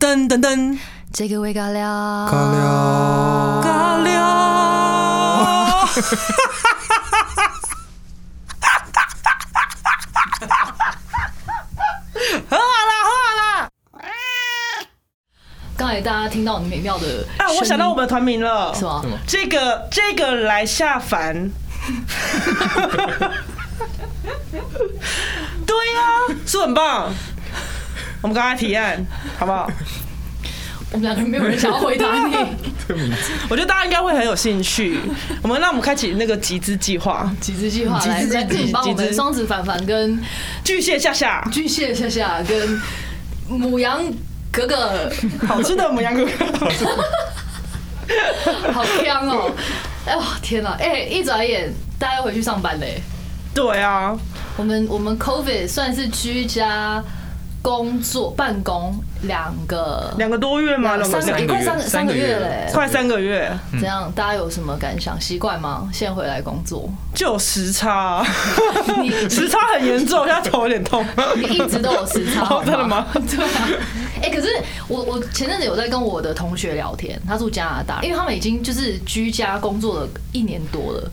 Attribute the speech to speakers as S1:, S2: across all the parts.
S1: 噔噔噔，
S2: 这个味尬聊，
S3: 尬聊，
S1: 尬聊。
S2: 刚才哎大家听到你美妙的
S1: 啊，我想到我们的团名了，
S2: 什么？
S1: 这个这个来下凡。对呀、啊，是不是很棒。我们刚刚提案，好不好？
S2: 我们两个人没有人想要回答你。
S1: 我觉得大家应该会很有兴趣。我们让我们开启那个集资计划，
S2: 集资计划来
S1: 集资
S2: 来
S1: 集资
S2: 帮我
S1: 集
S2: 们
S1: 资
S2: 双子凡凡跟
S1: 巨蟹下下，
S2: 巨蟹夏夏跟母羊格格，
S1: 好吃的母羊哥哥。
S2: 好香哦！哎呦天哪！哎，一眨眼大家要回去上班嘞。
S1: 对啊，
S2: 我们我们 COVID 算是居家工作办公两个
S1: 两个多月嘛，两
S2: 三
S1: 个
S2: 个
S1: 两
S2: 哎
S1: 个
S2: 快三个
S3: 三个
S2: 月
S3: 月
S2: 嘞，
S1: 快三个月，
S2: 怎样？大家有什么感想？习惯吗？现在回来工作，
S1: 就有时 差，
S2: 你
S1: 时差很严重，我现在头有点痛。
S2: 你一直都有时差，好
S1: 哦真的吗
S2: 对啊。哎、可是我我前阵子有在跟我的同学聊天，他住加拿大，因为他们已经就是居家工作了一年多了，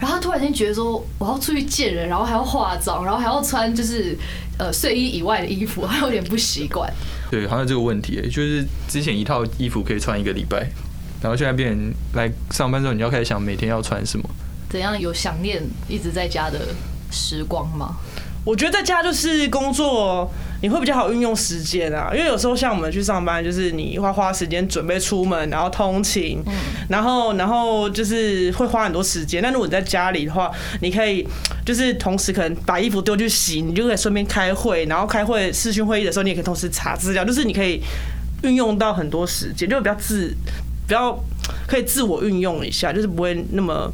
S2: 然后他突然间觉得说，我要出去见人，然后还要化妆，然后还要穿就是呃睡衣以外的衣服，他有点不习惯。
S3: 对，好像有这个问题欸，就是之前一套衣服可以穿一个礼拜，然后现在变成来上班之后，你就要开始想每天要穿什么。
S2: 怎样有想念一直在家的时光吗？
S1: 我觉得在家就是工作，你会比较好运用时间啊，因为有时候像我们去上班，就是你会花时间准备出门，然后通勤，然后然后就是会花很多时间。但如果你在家里的话，你可以就是同时可能把衣服丢去洗，你就可以顺便开会，然后开会视讯会议的时候，你也可以同时查资料，就是你可以运用到很多时间，就比较自比较可以自我运用一下，就是不会那么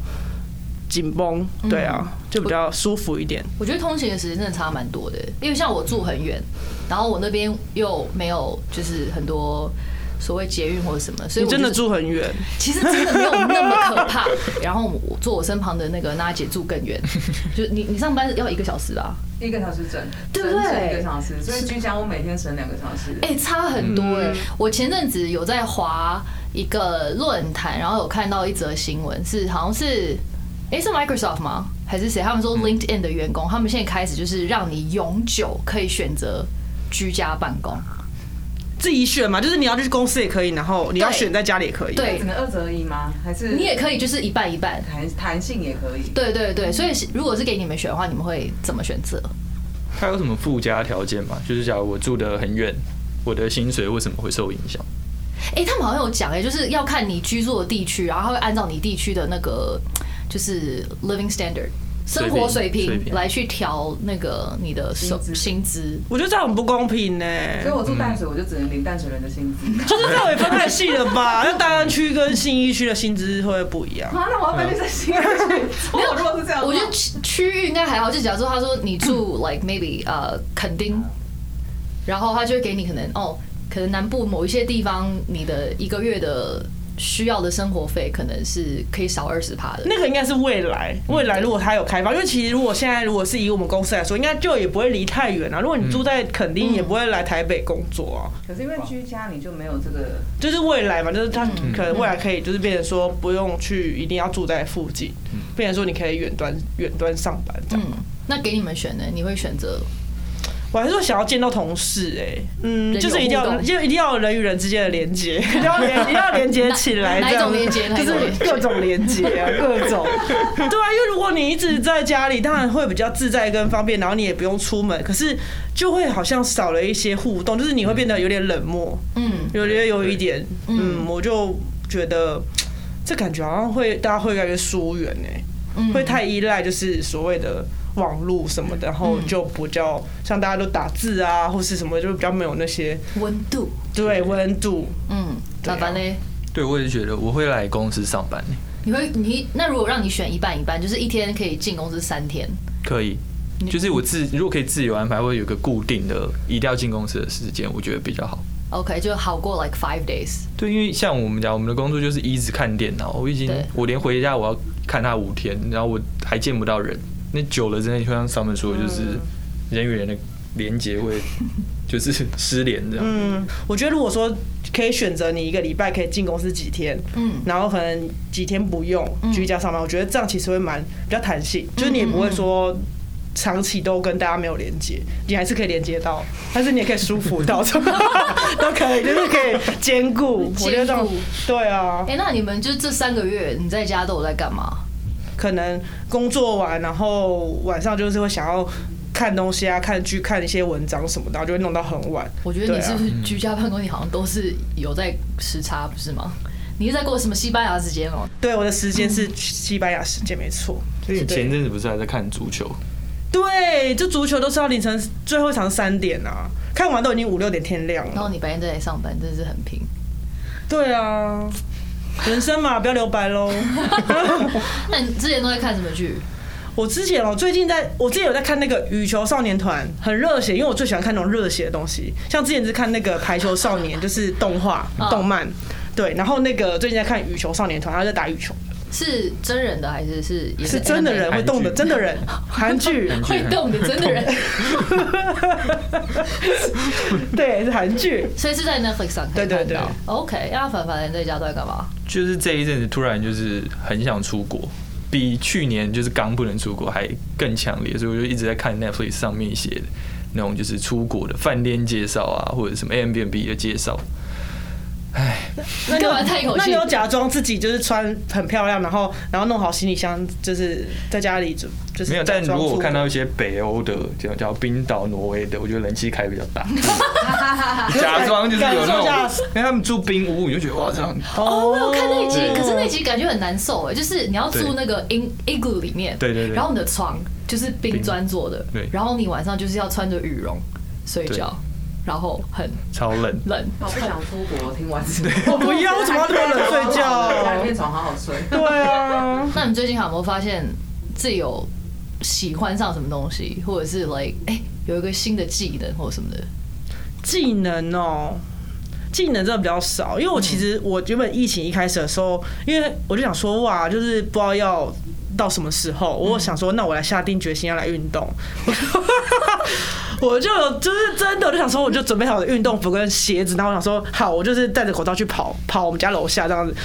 S1: 紧绷，对啊，就比较舒服一点。
S2: 我觉得通勤的时间真的差蛮多的，因为像我住很远，然后我那边又没有就是很多所谓捷运或者什么，所以
S1: 你
S2: 我就
S1: 真的
S2: 是
S1: 住很远，
S2: 其实真的没有那么可怕。 然后我坐我身旁的那个娜姐住更远，就是你你上班要一个小时啊啦，
S4: 一个小时整，
S2: 对不对
S4: 整整一个小时，所以居家我每天省两个小时。
S2: 哎、差很多哎、我前阵子有在划一个论坛，然后有看到一则新闻，是好像是哎、是 Microsoft 吗？还是谁？他们说 LinkedIn 的员工，他们现在开始就是让你永久可以选择居家办公。
S1: 自己选嘛，就是你要去公司也可以，然后你要
S2: 对
S1: 选在家里也可以。
S2: 对
S4: 只能二择一吗？还是
S2: 你也可以就是一半一半。
S4: 弹弹性也可以？
S2: 对对对，所以是如果是给你们选的话，你们会怎么选择？
S3: 它有什么附加条件吗？就是假如我住得很远，我的薪水为什么会受影响？
S2: 哎、他们好像有讲哎、就是要看你居住的地区，然后他会按照你地区的那个就是 living standard 生活水
S3: 水平水
S2: 平
S3: 平
S2: 来去调那个你的手
S4: 薪资
S2: 薪资。
S1: 我觉得这样很不公平 呢、
S4: 所以我住淡水，我就只能领淡水人的薪
S2: 嗯
S4: 资。
S1: 就是这样也分太细了 吧？那大安区跟信义区的薪资会不会不一样？
S4: 啊，那我要搬去再新安去。我如果是这样的话，
S2: 我觉得区区域应该还好，就假如说他说你住 like maybe 呃垦丁，然后他就会给你可能哦，可能南部某一些地方你的一个月的需要的生活费可能是可以少二十趴的。
S1: 那个应该是未来，
S2: 嗯
S1: 未来如果它有开放，因为其实如果现在如果是以我们公司来说，应该就也不会离太远啊。如果你住在垦
S2: 嗯
S1: 丁，也不会来台北工作啊。
S4: 可是因为居家你就没有这个，
S1: 就是未来嘛，就是它
S2: 嗯
S1: 可能未来可以就是变成说不用去一定要住在附近，变成说你可以远端远端上班这样。
S2: 嗯，那给你们选呢？你会选择
S1: 我还是会想要见到同事哎、嗯，
S2: 人
S1: 就是一定
S2: 有互
S1: 要，
S2: 动
S1: 就一定要有人与人之间的连 接，一定要连，一定要连接起来，
S2: 哪哪一
S1: 这样
S2: 种连接哪一
S1: 就
S2: 种
S1: 是
S2: 连接
S1: 各种连接啊，各种，对啊，因为如果你一直在家里，当然会比较自在跟方便，然后你也不用出门，可是就会好像少了一些互动，就是你会变得有点冷漠，
S2: 嗯
S1: 有点有一点，嗯，我就觉得这感觉好像会大家会越来越疏远哎、
S2: 嗯
S1: 会太依赖就是所谓的网络什么的，然后就比较像大家都打字啊或是什么，就比较没有那些
S2: 温度？
S1: 对温度。
S2: 嗯，
S1: 对
S2: 老
S1: 啊
S2: 板嘞？
S3: 对我也觉得我会来公司上班，
S2: 你会你那如果让你选一半一半，就是一天可以进公司三天，
S3: 可以。就是我自如果可以自由安排，会有个固定的一定要进公司的时间，我觉得比较好。
S2: OK 就好过 like five days。
S3: 对，因为像我们讲，我们的工作就是一直看电脑，我已经
S2: 对
S3: 我连回家我要看他五天，然后我还见不到人，那久了真的就像上面说的，就是人与人的连接会 就是失联这样。
S1: 嗯，我觉得如果说可以选择你一个礼拜可以进公司几天，
S2: 嗯
S1: 然后可能几天不用居家上班，我觉得这样其实会蛮比较弹性，就是你也不会说长期都跟大家没有连接，你还是可以连接到，但是你也可以舒服 到，都可以，就是可以兼顾。我觉得这
S2: 兼
S1: 样
S2: 顾，
S1: 对啊，
S2: 哎、那你们就这三个月你在家都有在干嘛？
S1: 可能工作完，然后晚上就是会想要。看东西啊，看剧，看一些文章什么的，然后就会弄到很晚。
S2: 我觉得
S1: 对
S2: 你
S1: 啊
S2: 是不是居家办公，你好像都是有在时差，不是吗？你是在过什么西班牙时间哦、
S1: 对，我的时间是西班牙时间，没错。
S3: 所以你前阵子不是还在看足球？
S1: 对，就足球都是要凌晨最后一场三点啊，看完都已经五六点天亮
S2: 然后
S1: 了。
S2: 你白天在上班，真的是很拼。
S1: 对啊，人生 嘛，不要留白喽。
S2: 那你之前都在看什么剧？
S1: 我之前哦、最近在我之前有在看那个羽球少年团，很热血，因为我最喜欢看那种热血的东西。像之前是看那个排球少年，就是动 画、
S2: 嗯
S1: 动漫，对。然后那个最近在看羽球少年团，他在打羽球，
S2: 是真人的还是是也
S1: 是真的人会动的，
S3: 韩剧
S1: 真的 人，韩剧，
S2: 会动的真的人？
S1: 对，是韩剧。
S2: 所以是在 Netflix 上可
S1: 对
S2: 以
S1: 对
S2: 看到
S1: 对。
S2: OK，那啊凡凡在家都在干嘛？
S3: 就是这一阵子突然就是很想出国，比去年就是刚不能出国还更强烈，所以我就一直在看 Netflix 上面写的那种就是出国的饭店介绍啊，或者什么 Airbnb 的介绍。唉，
S1: 那你
S2: 干
S1: 有
S2: 嘛叹一口
S1: 那你
S2: 气
S1: 有？假装自己就是穿很漂亮，然后然后弄好行李箱，就是在家里就就是
S3: 没有。但
S1: 假装
S3: 如果我
S1: 出
S3: 看到一些北欧的，叫叫冰岛、挪威的，我觉得人气开比较大， 假装就是有
S1: 感受一
S3: 那
S1: 下
S3: 种，因为他们住冰屋，你就觉得哇这样。
S2: 哦，我有看那一集，
S1: 对
S2: 可是那一集感觉很难受哎，就是你要住那
S3: 对
S2: 个 in igloo 里面，
S3: 对对对
S2: 然后你的床就是冰
S3: 冰
S2: 砖做的，
S3: 对
S2: 然后你晚上就是要穿着羽绒睡
S3: 对
S2: 觉，然后很
S3: 超冷，
S2: 冷，
S4: 我不想出国，听完之
S1: 我
S4: 后
S1: 不要，我怎么要跟人睡
S4: 家里
S1: 觉？
S4: 面床好好睡。
S1: 对啊，
S2: 那你最近有没有发现自己有喜欢上什么东西，或者是 like 哎、有一个新的技能或者什么的？
S1: 技能哦、技能真的比较少，因为我其实
S3: 嗯
S1: 我原本疫情一开始的时候，因为我就想说哇，就是不知道要到什么时候，
S3: 嗯
S1: 我想说那我来下定决心要来运动， 我就就是真的，我就想说我就准备好了运动服跟鞋子，然后我想说好，我就是戴着口罩去跑跑我们家楼下这样子。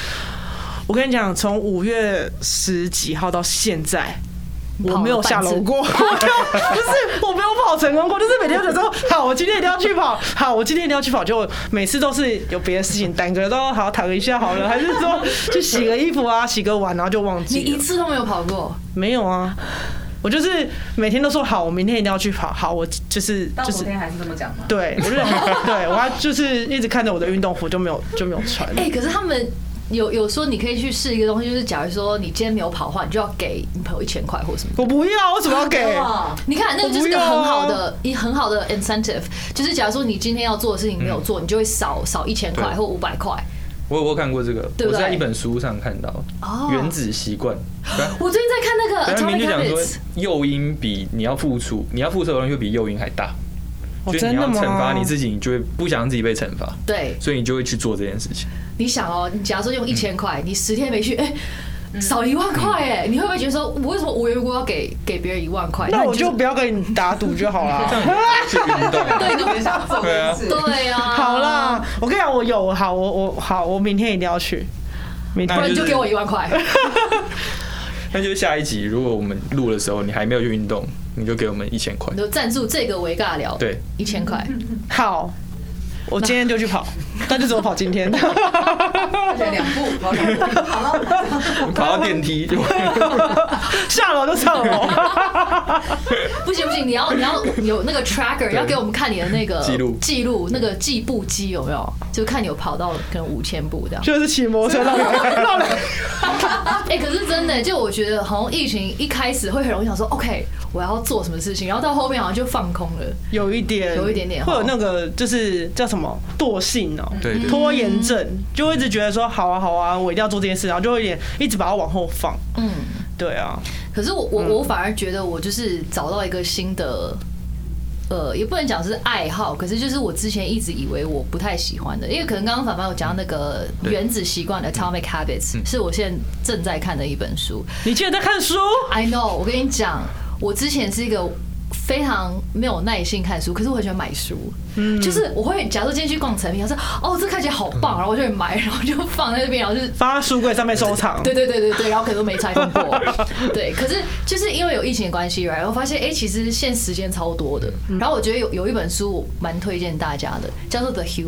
S1: 我跟你讲，从五月十几号到现在，我
S2: 跑了
S1: 没有下
S2: 半次
S1: 楼过，我 没有，就是我没有跑成功过，就是每天都想说，好，我今天一定要去跑，好，我今天一定要去跑，结果每次都是有别的事情耽搁，到好躺一下好了，还是说去洗个衣服啊，洗个碗，然后就忘
S2: 你
S1: 记了
S2: 一次都没有跑过，
S1: 没有啊，我就是每天都说好，我明天一定要去跑，好，我就是
S4: 到
S1: 就
S4: 昨
S1: 是。
S4: 天还是这么讲吗？
S1: 对，我就对我还就是一直看着我的运动服就没有就没有穿。
S2: 哎、可是他们。有有说你可以去试一个东西，就是假如说你今天没有跑的话，你就要给你朋友一千块或者什么。
S1: 我不要，我怎么要给？
S4: 哇，
S2: 你看，那个就是
S1: 我不
S2: 个
S1: 要
S2: 很
S1: 啊
S2: 好的一很好的 incentive，就是假如说你今天要做的事情没有
S1: 嗯
S2: 做，你就会少少一千块
S3: 对
S2: 或五百块。
S3: 我有我有看过这个，
S2: 对不对
S3: 我在一本书上看到
S2: 哦
S3: 《原子习惯》，啊
S2: 我最近在看那个
S3: 但明
S2: Atomic
S3: 就讲说
S2: Habits，，
S3: 诱因比你要付出，你要付出的东西会比诱因还大。
S1: 哦
S3: 就是你要
S1: 真的吗
S3: 惩罚你自己，你就会不想让自己被惩罚，
S2: 对，
S3: 所以你就会去做这件事情。
S2: 你想哦，你假如说用一千块，
S1: 嗯
S2: 你十天没去，哎、少一万块哎、你会不会觉得说，我为什么无缘无故要给给别人一万块？
S1: 哎那我
S2: 你
S1: 就不要跟你打赌就好
S3: 这
S1: 了。
S3: 样你去运动，
S4: 对，就别想做这件事。
S2: 对啊，
S1: 好，啦，我跟你讲，我有好，我我好，我明天一定要去。明
S2: 不
S1: 天
S3: 那
S2: 然你
S3: 就
S2: 就是给我一万块。
S3: 那就是下一集，如果我们录的时候你还没有去运动，你就给我们一千块
S2: 你。就赞助这个维尬聊，
S3: 对，
S2: 一千块。
S1: 好，我今天就去跑，但就只有跑今 天。
S4: 而且两步跑两步，好了，
S3: 跑到电梯就
S1: 下楼就上楼。
S2: 不行不行，你要 你要有那个 tracker，要给我们看你的那个
S3: 记录
S2: 记录那个计步机有没有？就看你有跑到跟五千步这样。
S1: 就是骑摩托车到到了，
S2: 哎、可是真的，就我觉得好像疫情一开始会很容易想说，OK，我要做什么事情，然后到后面好像就放空了。
S1: 有一点，
S2: 有一点点
S1: 会有那个就是叫什么惰性哦、
S3: 对
S2: 嗯
S3: 对
S1: 拖延症，就会一直觉得说好啊好啊，我一定要做这件事，然后就会有点一直把它往后放。
S2: 嗯，
S1: 对啊，
S2: 可是我我
S3: 嗯
S2: 我反而觉得我就是找到一个新的，呃，也不能讲是爱好，可是就是我之前一直以为我不太喜欢的，因为可能刚刚凡凡有讲到那个《
S3: 对嗯
S2: 原子习惯》的《Atomic Habits》，是我现在正在看的一本书。
S1: 你竟然在看书？
S2: I know，我跟你讲，我之前是一个非常没有耐性看书，可是我很喜欢买书。嗯，就是我会假如今天去逛成品，我说哦这看起来好棒，然后我就会买，然后就放在那边，然后就是
S1: 放到书柜上面收藏。
S2: 对对对对对，然后可能都没拆封过。对，可是就是因为有疫情的关系，然后发现哎、诶其实现时间超多的。然后我觉得有有一本书我蛮推荐大家的，叫做《The Humans》，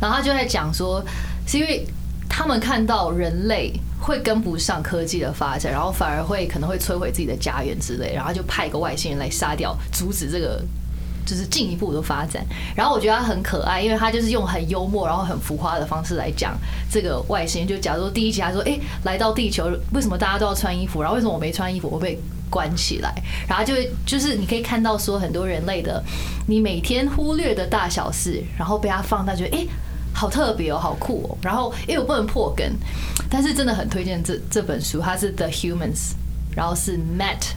S2: 然后他就在讲说，是因为他们看到人类会跟不上科技的发展，然后反而会可能会摧毁自己的家园之类，然后就派一个外星人来杀掉，阻止这个就是进一步的发展。然后我觉得他很可爱，因为他就是用很幽默，然后很浮夸的方式来讲这个外星人。就假如说第一集他说，哎、来到地球，为什么大家都要穿衣服？然后为什么我没穿衣服，我被关起来？然后就会就是你可以看到说很多人类的你每天忽略的大小事，然后被他放大，觉得哎。诶好特别哦，好酷哦！然后因为我不能破梗，但是真的很推荐这这本书，它是《The Humans》，然后是 Matt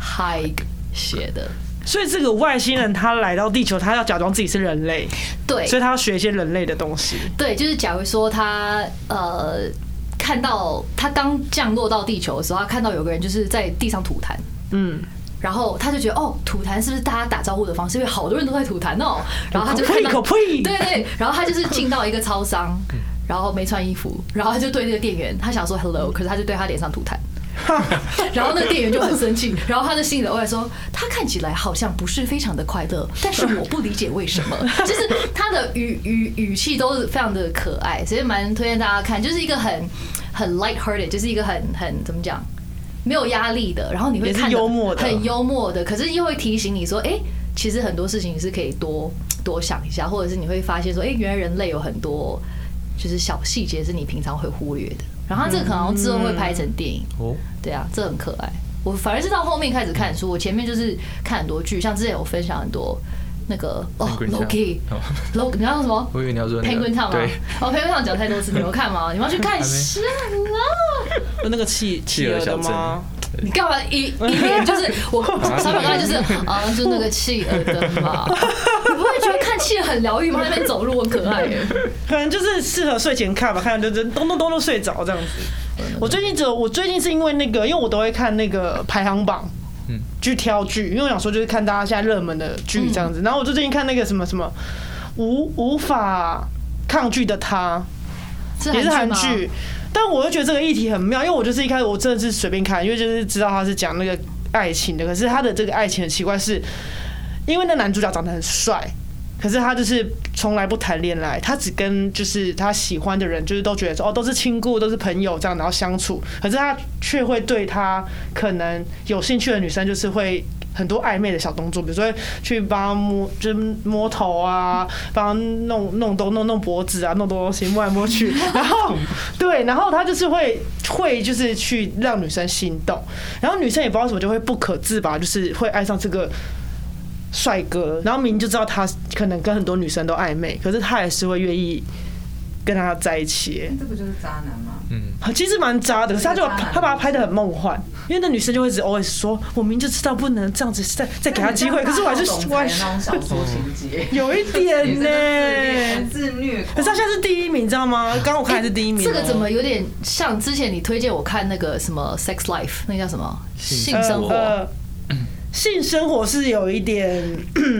S2: Haig 写的。
S1: 所以这个外星人他来到地球，他要假装自己是人类，
S2: 对，
S1: 所以他要学一些人类的东西。
S2: 对，就是假如说他呃看到他刚降落到地球的时候，他看到有个人就是在地上吐痰，
S1: 嗯，
S2: 然后他就觉得哦，吐痰是不是大家打招呼的方式？因为好多人都在吐痰哦，然后他就看
S1: 呸
S2: 到
S1: 口呸，
S2: 对对，然后他就是进到一个超商，然后没穿衣服，然后他就对那个店员，他想说 hello，可是他就对他脸上吐痰。 然后那个店员就很生气， 然后他的心里的 OS 说：“他看起来好像不是非常的快 乐，但是我不理解为什么。”就是他的语语语气都是非常的可爱，所以蛮推荐大家看，就是一个很很 light hearted，就是一个很很怎么讲，没有压力的，然后你会
S1: 也是
S2: 看得
S1: 幽默的
S2: 很幽默的，可是又会提醒你说，哎、其实很多事情是可以多多想一下，或者是你会发现说，哎、原来人类有很多就是小细节是你平常会忽略的。然后这个可能之后会拍成电影，
S3: 哦，
S2: 对啊，这很可爱。我反而是到后面开始看书，我前面就是看很多剧，像之前有分享很多那个哦
S3: Penguin
S2: ，Loki，
S3: Town 哦
S2: Lo 你要什么
S3: 我以为你要说那个
S2: ？Penguin Town 吗
S3: 对？
S2: 哦，Penguin Town 讲太多次，你有看 吗？你们要去看一啊下啦！
S1: 有那个企企
S3: 企鹅
S1: 鹅的
S3: 小镇
S1: 吗？
S2: 你干嘛一一脸就是我小表刚才就是啊，就那个企鹅的嘛，你不会觉得看企鹅很疗愈吗？那边走路很可爱耶。
S1: 可能就是适合睡前看吧，看就就咚咚咚咚睡着这样子。
S3: 嗯
S1: 我最近只有我最近是因为那个，因为我都会看那个排行榜，嗯
S3: 嗯，
S1: 去挑剧，因为我想说就是看大家现在热门的剧这样
S3: 嗯
S1: 子。然后我就最近看那个什么什么无无法抗拒的他，
S2: 是
S1: 也是韩
S2: 吗
S1: 剧，但我又觉得这个议题很妙，因为我就是一开始我真的是随便看，因为就是知道他是讲那个爱情的，可是他的这个爱情很奇怪是，因为那男主角长得很帅，可是他就是从来不谈恋爱，他只跟就是他喜欢的人，就是都觉得说哦都是亲故，都是朋友这样，然后相处，可是他却会对他可能有兴趣的女生就是会。很多暧昧的小动作，比如说去帮他摸，就是摸头啊，帮他弄弄东弄弄脖子啊，弄东弄西，摸来摸去，然后对，然后他就是会会就是去让女生心动，然后女生也不知道为什么就会不可自拔，就是会爱上这个帅哥，然后明明就知道他可能跟很多女生都暧昧，可是他还是会愿意跟他在一起。
S4: 这不就是渣男吗？
S1: 其实蛮渣的，可是他就
S4: 渣男
S1: 他把他拍的很梦幻，因为那女生就会一直 always 说，我明就知道不能这样子，再再哎给他机会，可是我还是我还
S4: 玩
S1: 是，
S4: 那种小说情节
S1: 有一
S4: 女
S1: 点
S4: 生
S1: 呢、
S4: 就自虐自虐狂，
S1: 可是他现在是第一名，你知道吗？刚刚我看还是第一名哦、
S2: 这个怎么有点像之前你推荐我看那个什么《Sex Life》，那叫什么性生活？
S3: 哦
S1: 呃呃性生活是有一点，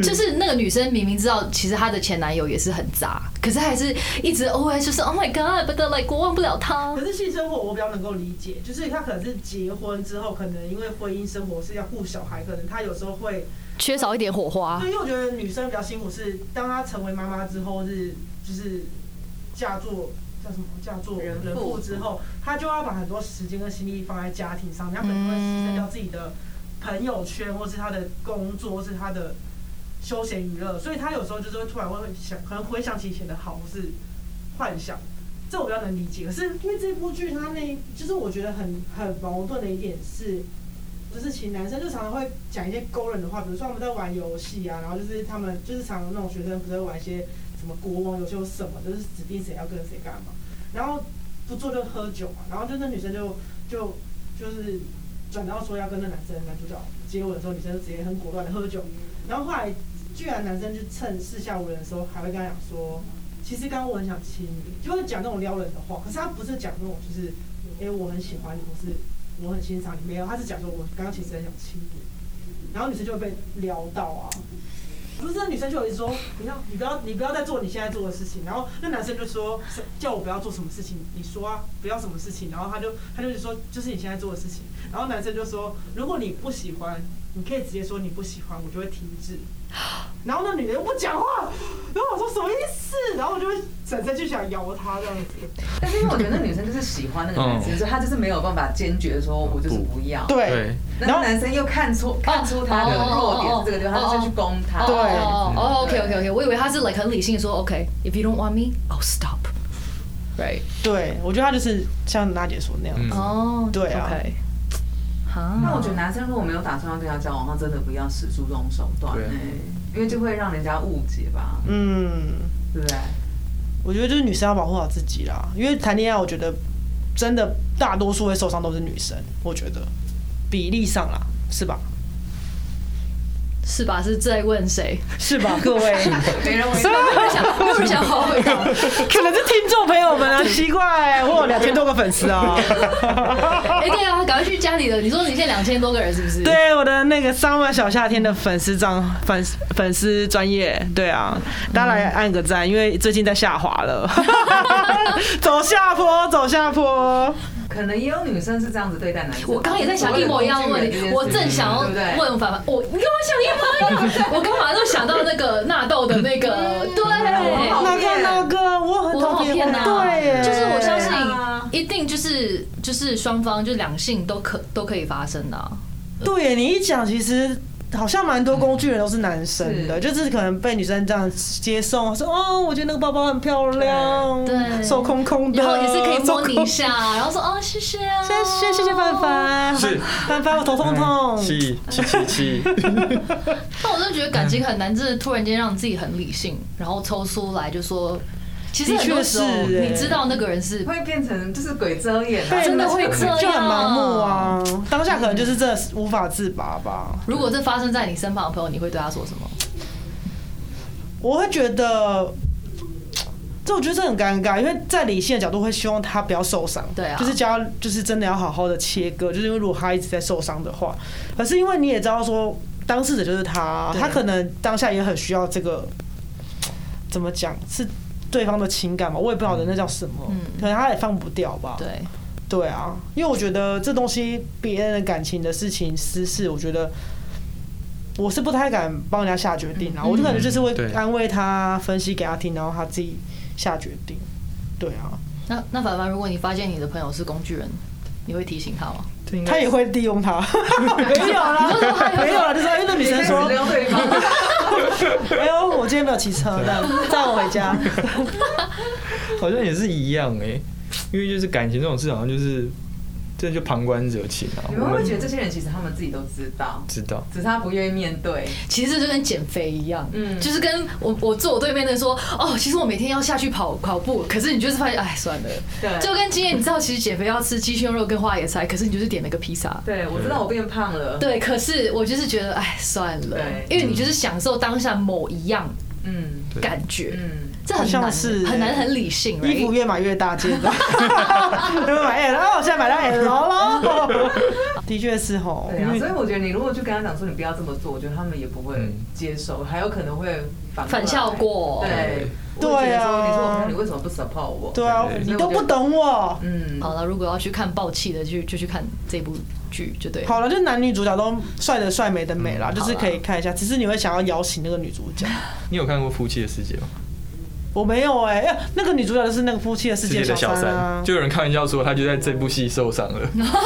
S2: 就是那个女生明明知道，其实她的前男友也是很渣，可是还是一直 always 就是 Oh my God，but like 我忘不了他
S1: 可。是呃性生活我比较能够理解，就是他可能是结婚之后，可能因为婚姻生活是要顾小孩，可能他有时候会，
S2: 缺少一点火花
S1: 对，。因为我觉得女生比较辛苦是，当她成为妈妈之后是就是嫁做叫什么嫁做
S4: 人妇
S1: 人妇之后，她就要把很多时间跟心力放在家庭上面，她可能会牺牲掉自己的朋友圈，或是她的工作，或是她的休闲娱乐，所以她有时候就是会突然会想，可能回想起以前的好或是幻想。这我比较能理解。可是因为这部剧，它那就是我觉得很很矛盾的一点是，就是其实男生就常常会讲一些勾人的话，比如说他们在玩游戏啊，然后就是他们就是常常那种学生不是会玩一些什么国王游戏或什么，就是指定谁要跟谁干嘛，然后不做就喝酒嘛，然后就那女生就就就是转到说要跟那男生男主角接吻的时候，女生就直接很果断的喝酒，然后后来居然男生就趁四下无人的时候还会跟他讲说。其实刚刚我很想亲你，就会讲那种撩人的话，可是他不是讲那种就是，哎、我很喜欢你，或是我很欣赏你，没有，他是讲说我刚刚其实很想亲你，然后女生就会被撩到啊。不是，那女生就有一直说，你要你不要你不要再做你现在做的事情。然后那男生就说，是叫我不要做什么事情，你说啊，不要什么事情。然后他就他就是说，就是你现在做的事情。然后男生就说，如果你不喜欢，你可以直接说你不喜欢，我就会停止。然后那女的又不讲话，然后我说什么意思？然后我就会整身就想摇她这样子。
S4: 但是因为我觉得那女生就是喜欢那个男生，
S3: 嗯
S4: 所以她就是没有办法坚决说，我就是不要。
S3: 对，
S4: 那个男生又看出看出他的弱点是这个地方，他就去攻他。
S1: 对
S2: 哦哦，OK OK OK，我以为他是 like 很理性地说 OK，if you don't want me，I'll stop，right？
S1: 对，我觉得她就是像娜姐说那样
S3: 嗯
S2: 哦，
S1: 对啊
S2: ，OK，好，
S4: 那我觉得男生如果没有打算要跟他交往，他真的不要使出这种手段、
S3: 对啊
S4: 哎因为就会让人家误解吧，
S1: 嗯。
S4: 对不对？
S1: 我觉得就是女生要保护好自己啦，因为谈恋爱，我觉得真的大多数会受伤都是女生，我觉得比例上啦，是吧？
S2: 是吧？是在问谁？
S1: 是吧，各位？
S4: 没人会
S2: 没有人想，没有人想好好回答。
S1: 可能是听众朋友们 啊，奇怪、我有两千多个粉丝啊。
S2: 哎，对啊，赶快去家里的。你说你现在两千多个人是不是？，
S1: 对我的那个 summer 小夏天的粉丝账粉丝粉丝专业，对啊，大家来按个赞，因为最近在下滑 了，走下坡，走下坡。
S4: 可能也有女生是这样子对待男生。
S2: 我刚刚也在想一模一样的问题，我正想要
S4: 对不对
S2: 问凡凡，我你跟我想一模一样，我刚马上想到那个纳豆的那个，对，
S4: 好
S1: 那个
S4: 骗
S1: 那个，我很
S2: 我好
S1: 讨
S2: 骗
S1: 厌，
S2: 呐、
S1: 对耶，
S2: 就是我相信
S4: 对啊
S2: 一定就是就是双方就两性都可都可以发生的啊、
S1: 对耶，你一讲，其实好像蛮多工具人都是男生的，
S4: 是
S1: 就是可能被女生这样接送，说哦，我觉得那个包包很漂亮，
S2: 对
S1: 手空空的，
S2: 然后也是可以摸你一
S1: 手
S2: 下，然后说哦谢谢啊，
S1: 空。谢谢谢谢范。凡，
S3: 是
S1: 范凡，我头痛痛。
S3: 七七七七，
S2: 但我真的觉得感情很难，真的突然间让自己很理性，然后抽出来就说，其实很多时候
S1: 的确是欸
S2: 你知道那个人是
S4: 会变成就是鬼遮眼、啊，
S1: 对
S2: 真的会这样
S1: 就很盲目啊！当下可能就是这无法自拔吧。
S2: 如果这发生在你身旁的朋友，你会对他说什么？
S1: 我会觉得，这我觉得这很尴尬，因为在理性的角度会希望他不要受伤，
S2: 对啊
S1: 就是教就是真的要好好的切割，就是因为如果他一直在受伤的话，可是因为你也知道说当事者就是他，
S2: 对
S1: 他可能当下也很需要这个，怎么讲是对方的情感嘛，我也不晓得那叫什么，
S2: 嗯
S1: 可能他也放不掉吧，
S2: 对，
S1: 对啊，因为我觉得这东西别人的感情的事情私事，我觉得我是不太敢帮人家下决定啊。
S4: 嗯
S1: 我就感觉就是会
S3: 对
S1: 安慰他，分析给他听，然后他自己下决定。对啊，
S2: 那那凡凡，如果你发现你的朋友是工具人，你会提醒他吗？
S1: 他也会利用 他，没有啦， 没有啦，就是哎，那女生 说，
S4: 溜对方，
S1: 哎呦，我今天没有骑车，
S4: 啊
S1: 这样载我回 家。
S3: 好像也是一样哎、因为就是感情这种事，好像就是这就旁观者清啊。
S4: 你们会不会觉得这些人其实他们自己都知道，
S3: 知道？
S4: 只是他不愿意面对？
S2: 其实这就跟减肥一样，嗯，
S4: 嗯
S2: 就是跟我我坐我对面的说，哦，其实我每天要下去跑跑步，可是你就是发现，哎，算了，
S4: 对
S2: 就跟今天你知道，其实减肥要吃鸡胸肉跟花椰菜，可是你就是点了个披萨。
S4: 对，我知道我变胖了。
S2: 对，可是我就是觉得，哎，算了，
S4: 对
S2: 因为你就是享受当下某一样
S4: 嗯
S3: 对
S2: 感觉，
S4: 嗯，
S2: 这很
S1: 好像
S2: 难，
S1: 是
S2: 很难很理性
S1: 衣服
S2: right？
S1: 越买越大 件 的，对买 L，哦，我现在买到 L 了。哦的确是哦吼，
S4: 对
S1: 因
S4: 啊，
S1: 为
S4: 所以我觉得你如果去跟他讲说你不要这么做，我觉得他们也不会
S3: 嗯
S4: 接受，还有可能会反过来
S2: 反效。果，
S4: 对，
S1: 对
S4: 我会觉得
S1: 啊
S4: 说你说我朋友你为什么不 support 我？
S1: 对啊，
S3: 对
S1: 你都不懂我。
S4: 嗯，
S2: 好了，如果要去看爆气的，就就去看这部剧，就对了。
S1: 好了，就男女主角都帅的帅，美的美
S3: 嗯
S1: 啦，就是
S2: 好啦
S1: 可以看一下。只是你会想要摇醒那个女主角，
S3: 你有看过《夫妻的世界》吗？
S1: 我没有哎、哎那个女主角就是那个夫妻的世
S3: 世
S1: 界
S3: 界的小
S1: 三
S3: 三
S1: 啊，，
S3: 就有人开玩笑说他就在这部戏受伤了，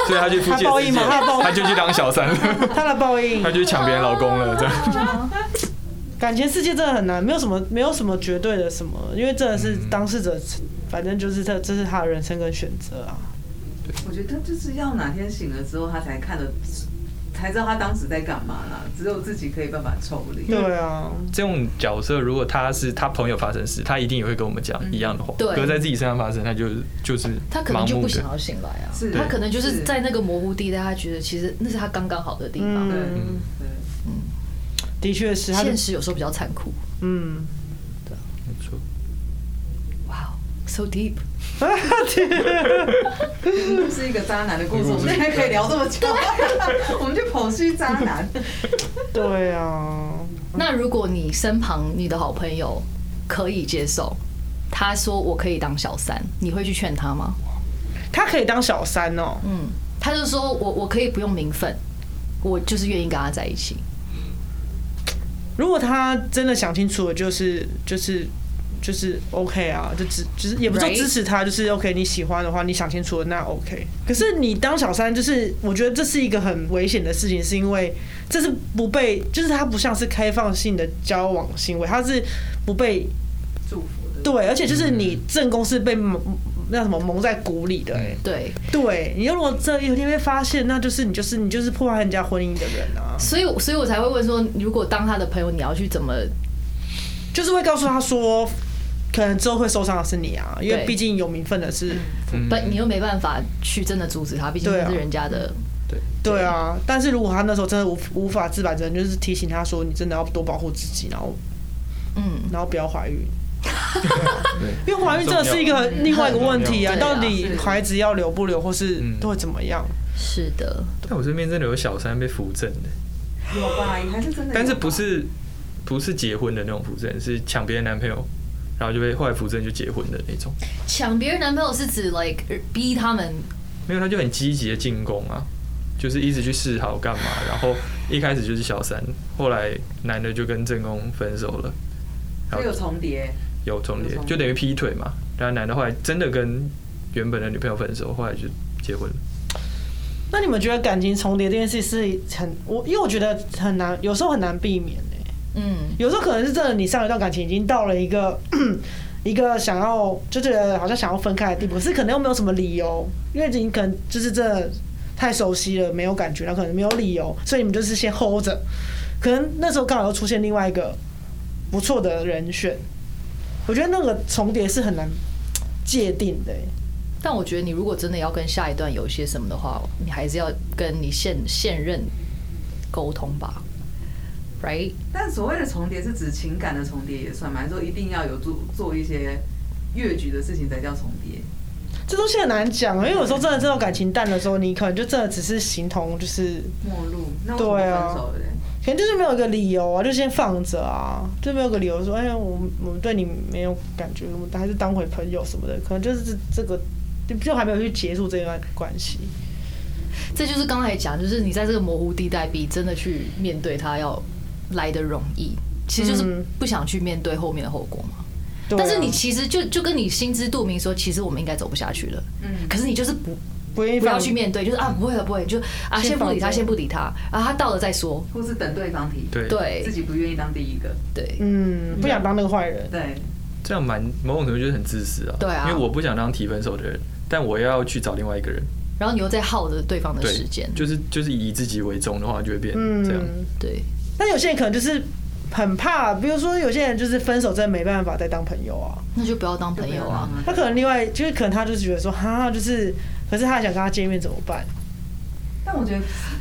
S3: 所以他去《夫妻
S1: 他报
S3: 的世
S1: 应
S3: 界
S1: 吗他》，报应
S3: 他就去当小 三了，
S1: 她的报应
S3: 他，就去抢别人老公了，这样。
S1: 感情世界真的很难，没有什么没有什么绝对的什么，因为真的是当事者，反正就是这这是他的人生跟选择啊。
S4: 我觉得他就是要哪天醒了之后，他才看得，才知道他当时在干嘛啦。只有自己可以办法抽离。
S3: 嗯
S1: 对啊，
S3: 这种角色，如果他是他朋友发生事，他一定也会跟我们讲一样的话。
S2: 嗯对
S3: 可是在自己身上发生，他就就是
S2: 他可能
S3: 盲
S2: 就
S3: 目
S2: 不想
S3: 的。
S2: 要醒来啊，
S4: 是
S2: 他可能就是在那个模糊地带，他觉得其实那是他刚刚好的地方。
S1: 嗯，
S4: 对，
S1: 的确是，他就
S2: 现实有时候比较残酷。
S1: 嗯，
S3: 没错
S1: 嗯
S2: 哇、wow,，so deep，
S4: 是一个渣男的故事，我们现在可以聊这么久，我们就剖析渣男。
S1: 对啊，
S2: 那如果你身旁你的好朋友可以接受，他说我可以当小三，你会去劝他吗？
S1: 他可以当小三哦、
S2: 嗯，他就说我我可以不用名分，我就是愿意跟他在一起。
S1: 如果他真的想清楚了，就是就是就是 OK 啊，就支就是也不是说
S2: Right
S1: 支持他，就是 OK 你喜欢的话，你想清楚了那 OK。可是你当小三，就是我觉得这是一个很危险的事情，是因为这是不被，就是它不像是开放性的交往行为，它是不被
S4: 祝福的，
S1: 对，而且就是你正宫是被蒙那什么蒙在鼓里的、欸，
S2: 对，
S1: 对你如果这有一天被发现，那就是你就是你就是破坏人家婚姻的人啊，
S2: 所以所以我才会问说，如果当他的朋友，你要去怎么？
S3: 嗯
S1: 就是会告诉他说，可能之后会受伤的是你啊，因为
S2: 对
S1: 毕竟有名分的是，
S3: 嗯
S2: 不，你又没办法去真的阻止他，毕竟
S1: 对啊
S2: 这是人家的。
S1: 对啊。但是如果他那时候真的无无法自拔，只能就是提醒他说，你真的要多保护自己，然后
S2: 嗯，
S1: 然后不要怀孕。
S3: 对
S1: 因为怀孕真的是一个另外一个问题啊，
S2: 很重要
S1: 到底
S4: 对啊
S1: 孩子要留不留，或是
S3: 嗯
S1: 会怎么样？
S2: 是的，
S3: 但我身边真的有小三被扶正的，
S4: 有吧？还是真
S2: 哎
S4: 的有吧，
S3: 但是不是不是结婚的那种扶正，是抢别人男朋友，然后就被后来扶正就结婚的那种。
S2: 抢别人男朋友是指 like 逼他们
S3: 没有，他就很积极的进攻啊，就是一直去示好干嘛，然后一开始就是小三，后来男的就跟正宫分手了，然
S4: 所以
S3: 后
S4: 有重叠？
S3: 有重
S4: 有
S3: 叠
S4: 重，叠
S3: 就等于劈腿嘛。然后男的后来真的跟原本的女朋友分手，后来就结婚了。
S1: 那你们觉得感情重叠这件事是很我，因为我觉得很难，有时候很难避免欸
S2: 嗯
S1: 有时候可能是真的，你上一段感情已经到了一个 一个想要就觉得好像想要分开的地步，可是可能又没有什么理由，因为你可能就是真的太熟悉了，没有感觉，然后可能没有理由，所以你们就是先 hold 着。可能那时候刚好又出现另外一个不错的人选，我觉得那个重叠是很难界定的欸、
S2: 但我觉得你如果真的要跟下一段有些什么的话，你还是要跟你现现任沟通吧，right？
S4: 但所谓的重叠是指情感的重叠也算吗？还是说一定要有做做一些越矩的事情才叫重叠？
S1: 这东西很难讲啊，因为有时候真的这种感情淡的时候，你可能就真的只是形同就是
S4: 陌路？那为什么
S1: 对
S4: 分
S1: 啊
S4: 手了嘞？
S1: 可能就是没有一个理由啊，就先放着啊，就没有个理由说，哎呀，我我对你没有感觉，我们还是当回朋友什么的，可能就是这这个就就还没有去结束这段关系。
S2: 这就是刚才讲，就是你在这个模糊地带比真的去面对它要来的容易，其实就是
S1: 嗯
S2: 不想去面对后面的后果嘛。
S1: 对啊
S2: 但是你其实就就跟你心知肚明说，其实我们应该走不下去了，
S4: 嗯，
S2: 可是你就是不
S1: 不愿意
S2: 不要
S1: 放
S2: 去面对，就是啊不会了不会了，就啊
S1: 先
S2: 先不理
S1: 放
S2: 他，
S1: 着
S2: 先不理他，啊他到了再说，
S4: 或是等对方提，
S3: 对，
S2: 对
S4: 自己不愿意当第一个，
S2: 对
S1: 嗯，不想当那个坏人。
S4: 对，
S3: 这样蛮某种程度就是很自私啊。
S2: 对啊
S3: 因为我不想当提分手的人，但我要去找另外一个人。
S2: 然后你又在耗着对方的
S3: 对，
S2: 时间，
S3: 就是就是以自己为重的话，就会变这样。
S1: 嗯，
S2: 对，
S1: 但有些人可能就是很怕，比如说有些人就是分手真的没办法再当朋友啊，
S2: 那就不要当朋友啊。
S1: 他可能另外就是可能他就是觉得说，哈，就是可是他还想跟他见面怎么办？
S4: 但我觉得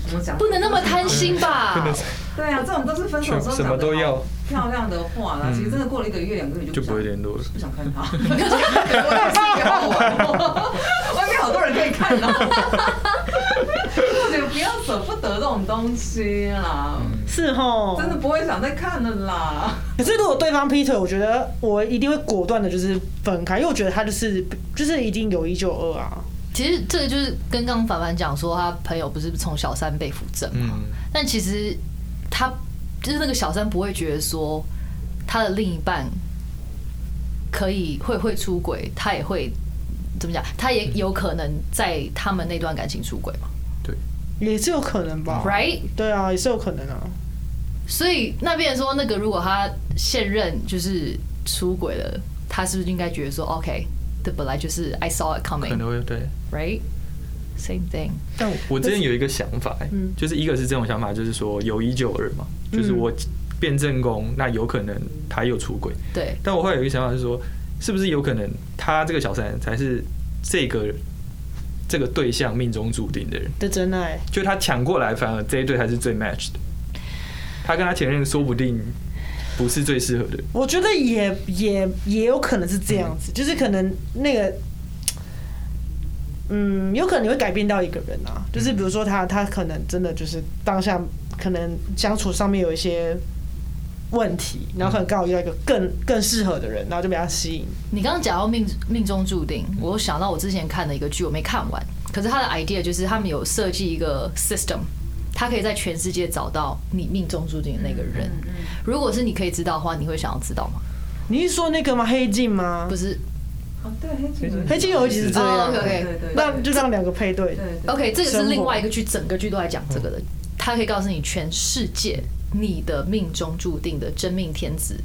S4: 怎么讲，
S2: 不能那么贪心 吧？
S4: 对啊，这种都是分手之后
S3: 什么都
S4: 讲得
S3: 要
S4: 好漂亮的话啦。
S3: 嗯
S4: 其实真的过了一个月、两个月，你
S3: 就
S4: 就
S3: 不
S4: 想
S3: 会联络了。
S4: 不想看他。我也是不要玩，外面好 多人可以看哦。我觉得不要舍不得这种东西啦，
S1: 是吼，
S4: 嗯真的不会想再看了啦。
S1: 可是如果对方劈腿，我觉得我一定会果断的，就是分开，因为我觉得他就是就是一定有一就有二啊。
S2: 其实这个就是跟刚刚凡凡讲说，他朋友不是从小三被扶正嘛，
S3: 嗯，
S2: 但其实他就是那个小三不会觉得说他的另一半可以会会出轨，他也会怎么讲？他也有可能在他们那段感情出轨嘛
S1: 也是有可能
S3: 哦
S1: 吧
S2: ，right？
S1: 对啊，也是有可能啊。
S2: 所以那边说那个如果他现任就是出轨了，他是不是应该觉得说 OK？这本来就是 I saw it
S3: 可能会对。
S2: coming，right？Same thing。
S3: 但我之前有一个想法、欸
S1: 嗯，
S3: 就是一个是这种想法，就是说有一就有二嘛，就是我变正宫，那有可能他又出轨。
S2: 对，
S3: 但我后来有一个想法是说，是不是有可能他这个小三才是这个这个对象命中注定的人？
S1: 的真爱，
S3: 就他抢过来，反而这一对才是最 match 的。他跟他前任说不定不是最适合的人。嗯
S1: 我觉得也也也有可能是这样子，就是可能那个嗯，有可能你会改变到一个人啊，就是比如说他他可能真的就是当下可能相处上面有一些问题，然后可能刚好遇到一个更更适合的人，然后就被他吸引。
S2: 你刚刚讲到命命中注定，我又想到我之前看的一个剧，我没看完，可是他的 idea 就是他们有设计一个 system，他可以在全世界找到你命中注定的那个人。如果是你可以知道的话，你会想要知道吗？
S1: 你是说那个吗？黑镜吗
S2: 不？是
S4: 哦，对，黑镜
S1: 黑镜有一集是这
S2: 哦
S1: 样，
S2: ，OK，OK
S4: 对对
S1: 那就让两个配对。
S4: 对对
S2: ，OK，这个是
S1: 生活
S2: 另外一个剧，整个剧都在讲这个的。他可以告诉你全世界你的命中注定的真命天子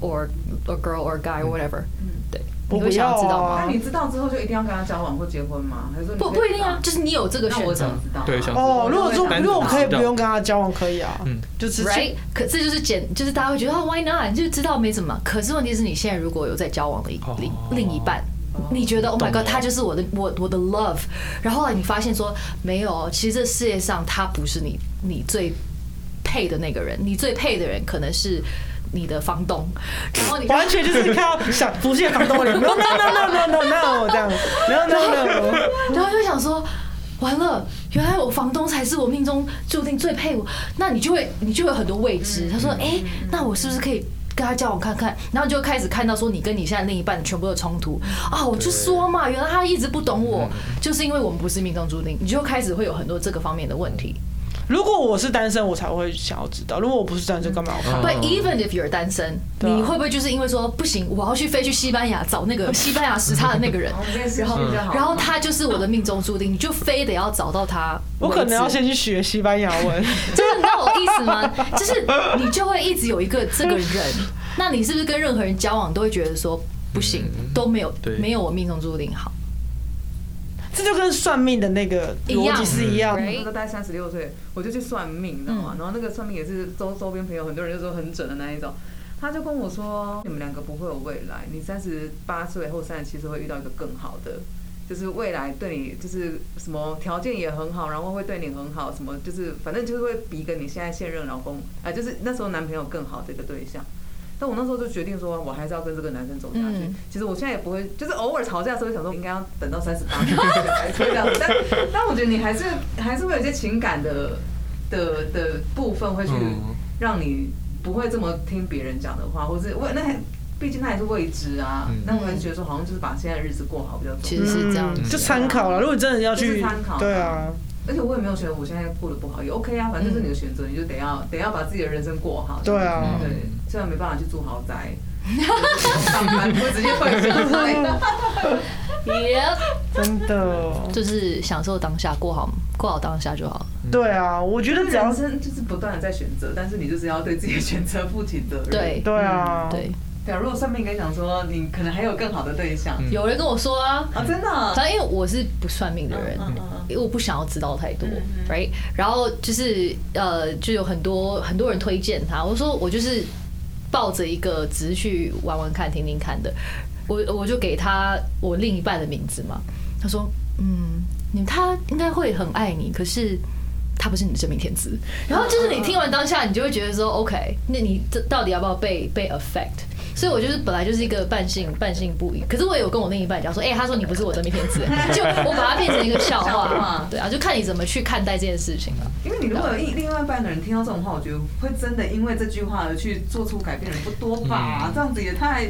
S2: ，or a girl or guy or whatever，对，
S1: 我
S2: 你会想要知道
S1: 不要啊
S2: 吗？
S4: 那你知道之后就一定要跟他交往或结婚吗？还是说你
S2: 不
S4: 可以
S2: 不一定啊，
S4: 知道
S2: 就是你有这个
S4: 那
S2: 选
S4: 我
S2: 择
S4: 想。知道啊
S3: 对想知道
S1: 哦，如果说
S3: 单独
S1: 如果可以
S3: 知道
S1: 不用跟他交往，可以啊，
S3: 嗯
S1: 就直接
S2: Right，可这就是简，就是大家会觉得啊，Why not？你就知道没什么。可是问题是你现在如果有在交往的一另
S3: 哦
S2: 另一半，你觉得 Oh my
S3: 懂
S2: God，
S3: 了
S2: 他就是我的我我的 love，然后后来你发现说没有，其实这世界上他不是你你最配的那个人，你最配的人可能是你的房东，然后你
S1: 完全就是看到想浮现房东的脸，no no no no no no no 这样，no no no，
S2: 然后就想说，完了，原来我房东才是我命中注定最配我，那你就会你就会有很多未知。他说，哎、那我是不是可以？跟他交往看看，然后你就开始看到说你跟你现在另一半全部的冲突啊！我就说嘛，原来他一直不懂我，就是因为我们不是命中注定，你就开始会有很多这个方面的问题。
S1: 如果我是单身，我才会想要知道；如果我不是单身，干嘛要看？
S3: 哦嗯
S2: But even if you're 单身，
S1: 对啊
S2: 你会不会就是因为说不行，我要去飞去西班牙找那个西班牙时差的那 个人
S4: 我，们这时候就好。
S2: 然后他就是我的命中注定，你就非得要找到他为
S1: 我
S2: 止。
S1: 可能要先去学西班牙文，
S2: 就是你知道我意思吗？就是你就会一直有一个这个人，那你是不是跟任何人交往都会觉得说不行，都没有
S3: 对
S2: 没有我命中注定好？
S1: 这就跟算命的那个逻辑是一样。
S2: 一样
S4: 那时候大概三十六岁，我就去算命，你知道吗？然后那个算命也是周周边朋友，很多人就说很准的那一种。他就跟我说，你们两个不会有未来，你三十八岁或三十七岁会遇到一个更好的，就是未来对你就是什么条件也很好，然后会对你很好，什么就是反正就是会比跟你现在现任老公，啊、就是那时候男朋友更好的一个对象。但我那时候就决定说，我还是要跟这个男生走下去。
S2: 嗯
S4: 其实我现在也不会，就是偶尔吵架的时候想说，应该要等到三 十八岁才这样。但但我觉得你还是还是会有一些情感的的的部分，会去
S3: 嗯
S4: 让你不会这么听别人讲的话，或是我那还毕竟那还是未知啊。
S3: 嗯
S4: 那我还是觉得说，好像就是把现在的日子过好比较重要。
S2: 其实是这样子
S1: 嗯就参考了。如果真的要
S4: 就是
S1: 去
S4: 参考，
S1: 对啊，
S4: 而且我也没有觉得我现在过得不好，也 OK 啊，反正这是你的选择，你就得要得要把自己的人生过好。
S1: 嗯对啊
S4: 对，虽然没办法去住豪宅，上班我直接退休之 类的。
S2: Yep
S1: 真的，
S2: 嗯就是享受当下，过好过好当下就好了。
S1: 对啊，我觉得只要
S4: 人
S1: 是
S4: 生就是不断的在选择，但是你就是要对自己的选择负起责任。
S2: 对
S1: 对啊，
S2: 嗯对，
S4: 对啊，如果算命跟你讲说你可能还有更好的对象
S3: 嗯
S2: 有人跟我说啊，
S4: 啊，真的啊，
S2: 反正因为我是不算命的人
S4: 嗯嗯嗯，
S2: 因为我不想要知道太多，right？然后就是呃，就有很多很多人推荐他，我说我就是抱着一个只是去玩玩看、听听看的，我我就给他我另一半的名字嘛，他说嗯，你他应该会很爱你，可是。他不是你的真命天子，然后就是你听完当下，你就会觉得说，OK，那你这到底要不要被被 affect？所以我就是本来就是一个半信半信不疑，可是我也有跟我另一半讲说，哎、他说你不是我真命天子，就我把它变成一个笑
S4: 笑
S2: 话
S4: 话，
S2: 对啊，就看你怎么去看待这件事情啊了。
S4: 因为你如果有一另外一半的人听到这种话，我觉得会真的因为这句话而去做出改变的人不多
S1: 嗯
S4: 吧？这样子也太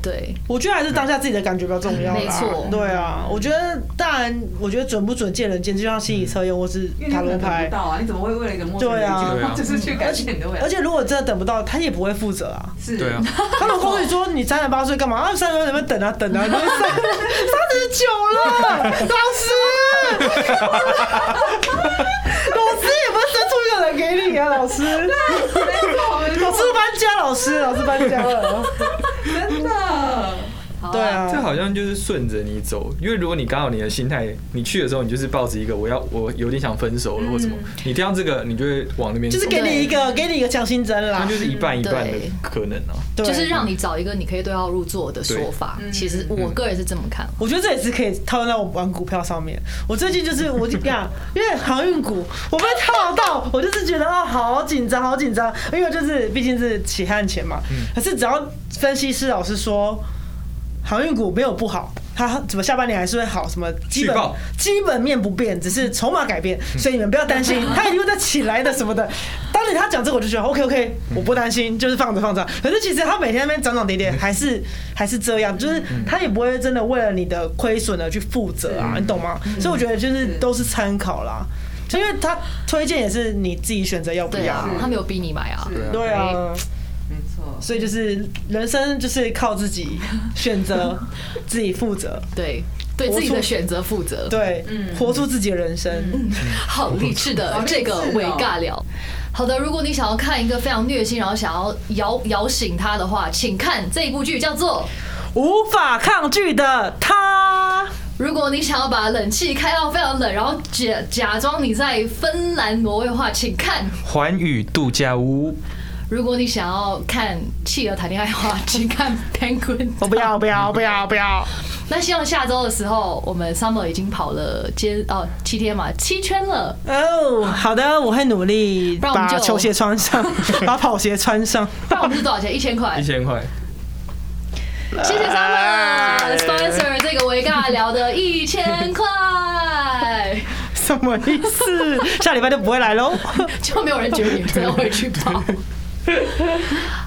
S2: 对，
S1: 我觉得还是当下自己的感觉比较重要啦。
S2: 没错
S1: 对啊，我觉得当然，我觉得准不准见仁见智，就像心理测验或是
S4: 因为你
S1: 塔
S4: 可
S1: 罗
S4: 能得
S1: 牌
S4: 不，到啊，你怎么会为了一个陌生人
S1: 对啊
S4: 一句
S3: 对
S4: 话
S3: 啊
S4: 就是去改变你的未来？
S1: 而且如果真的等不到，他也不会负责啊。
S4: 是
S3: 对啊，
S1: 他老公你说你三十八岁干嘛？啊，三十八岁在那边等啊 等啊，你都三三十九了，老师，老师也不是生出一个人给你啊，老师，老师搬家，老师，老师搬家了，
S4: 真的。
S2: 好
S1: 对
S2: 啊，
S3: 这
S1: 啊，
S3: 好像就是顺着你走，因为如果你刚好你的心态，你去的时候你就是抱着一个我要我有点想分手了或什么，你听到这个你就会往那边走，
S1: 就是给你一个给你一个强心针
S3: 它
S1: 啦
S3: 就，是一半一半的
S2: 对
S3: 可能啊，
S1: 对
S2: 就是让你找一个你可以对号入座的说法。
S4: 嗯
S2: 其实我个人是这么看，
S1: 我觉得这也是可以套用到我玩股票上面。我最近就是我就跟你讲， 因为航运股我被套到，我就是觉得啊好紧张，好紧张，因为就是毕竟是血
S3: 嗯
S1: 汗钱嘛。可是只要分析师老师说航运股没有不好，它怎么下半年还是会好，什么基本
S3: 续报
S1: 基本面不变，只是筹码改变，所以你们不要担心，它一定会再起来的什么的。当然他讲这个，我就觉得 OK OK，我不担心，就是放着放着。可是其实他每天在那边涨涨跌跌，还是还是这样，就是他也不会真的为了你的亏损而去负责啊，你懂吗？所以我觉得就是都是参考啦，就因为他推荐也是你自己选择要不
S2: 对
S1: 要
S2: 啊，，他没有逼你买啊。
S4: 是
S1: 对啊。
S4: 没错，
S1: 所以就是人生就是靠自己选择，自己负责，
S2: 对，对自己的选择负责。
S1: 对，
S4: 嗯
S1: 活出自己的人生。
S2: 好励志的
S4: 好励志
S2: 这个
S4: 哦
S2: 伪尬聊。好的，如果你想要看一个非常虐心，然后想要摇摇醒他的话，请看这一部剧，叫做
S1: 无法抗拒的他，
S2: 《如果你想要把冷气开到非常冷，然后假假装你在芬兰挪威的话，请看；
S3: 环宇度假屋，
S2: 如果你想要看企鹅谈恋爱的话，请看《Penguin》。
S1: 我不要，不要，不要，不要。
S2: 那希望下周的时候，我们 Summer 已经跑了接哦七天嘛，七圈了。
S1: 哦，好的，我会努力
S2: 不然我们
S1: 把
S2: 就
S1: 球鞋穿 上，把跑鞋穿上。
S2: 不然我们是多少钱？一千块
S3: 一。千块。
S2: 谢谢 Summer sponsor 这个维尬聊的一千块，
S1: 什么意思？下礼拜就不会来喽。
S2: 就没有人觉得你真的会去跑。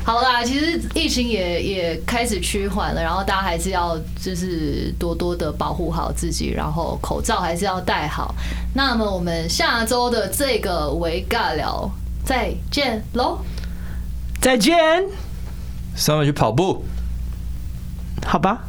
S2: 好啦，其实疫情也也开始趋缓了，然后大家还是要就是多多的保护好自己，然后口罩还是要戴好。那么我们下周的这个维尬聊再见喽，
S1: 再见，
S3: 上面去跑步。
S1: 好吧。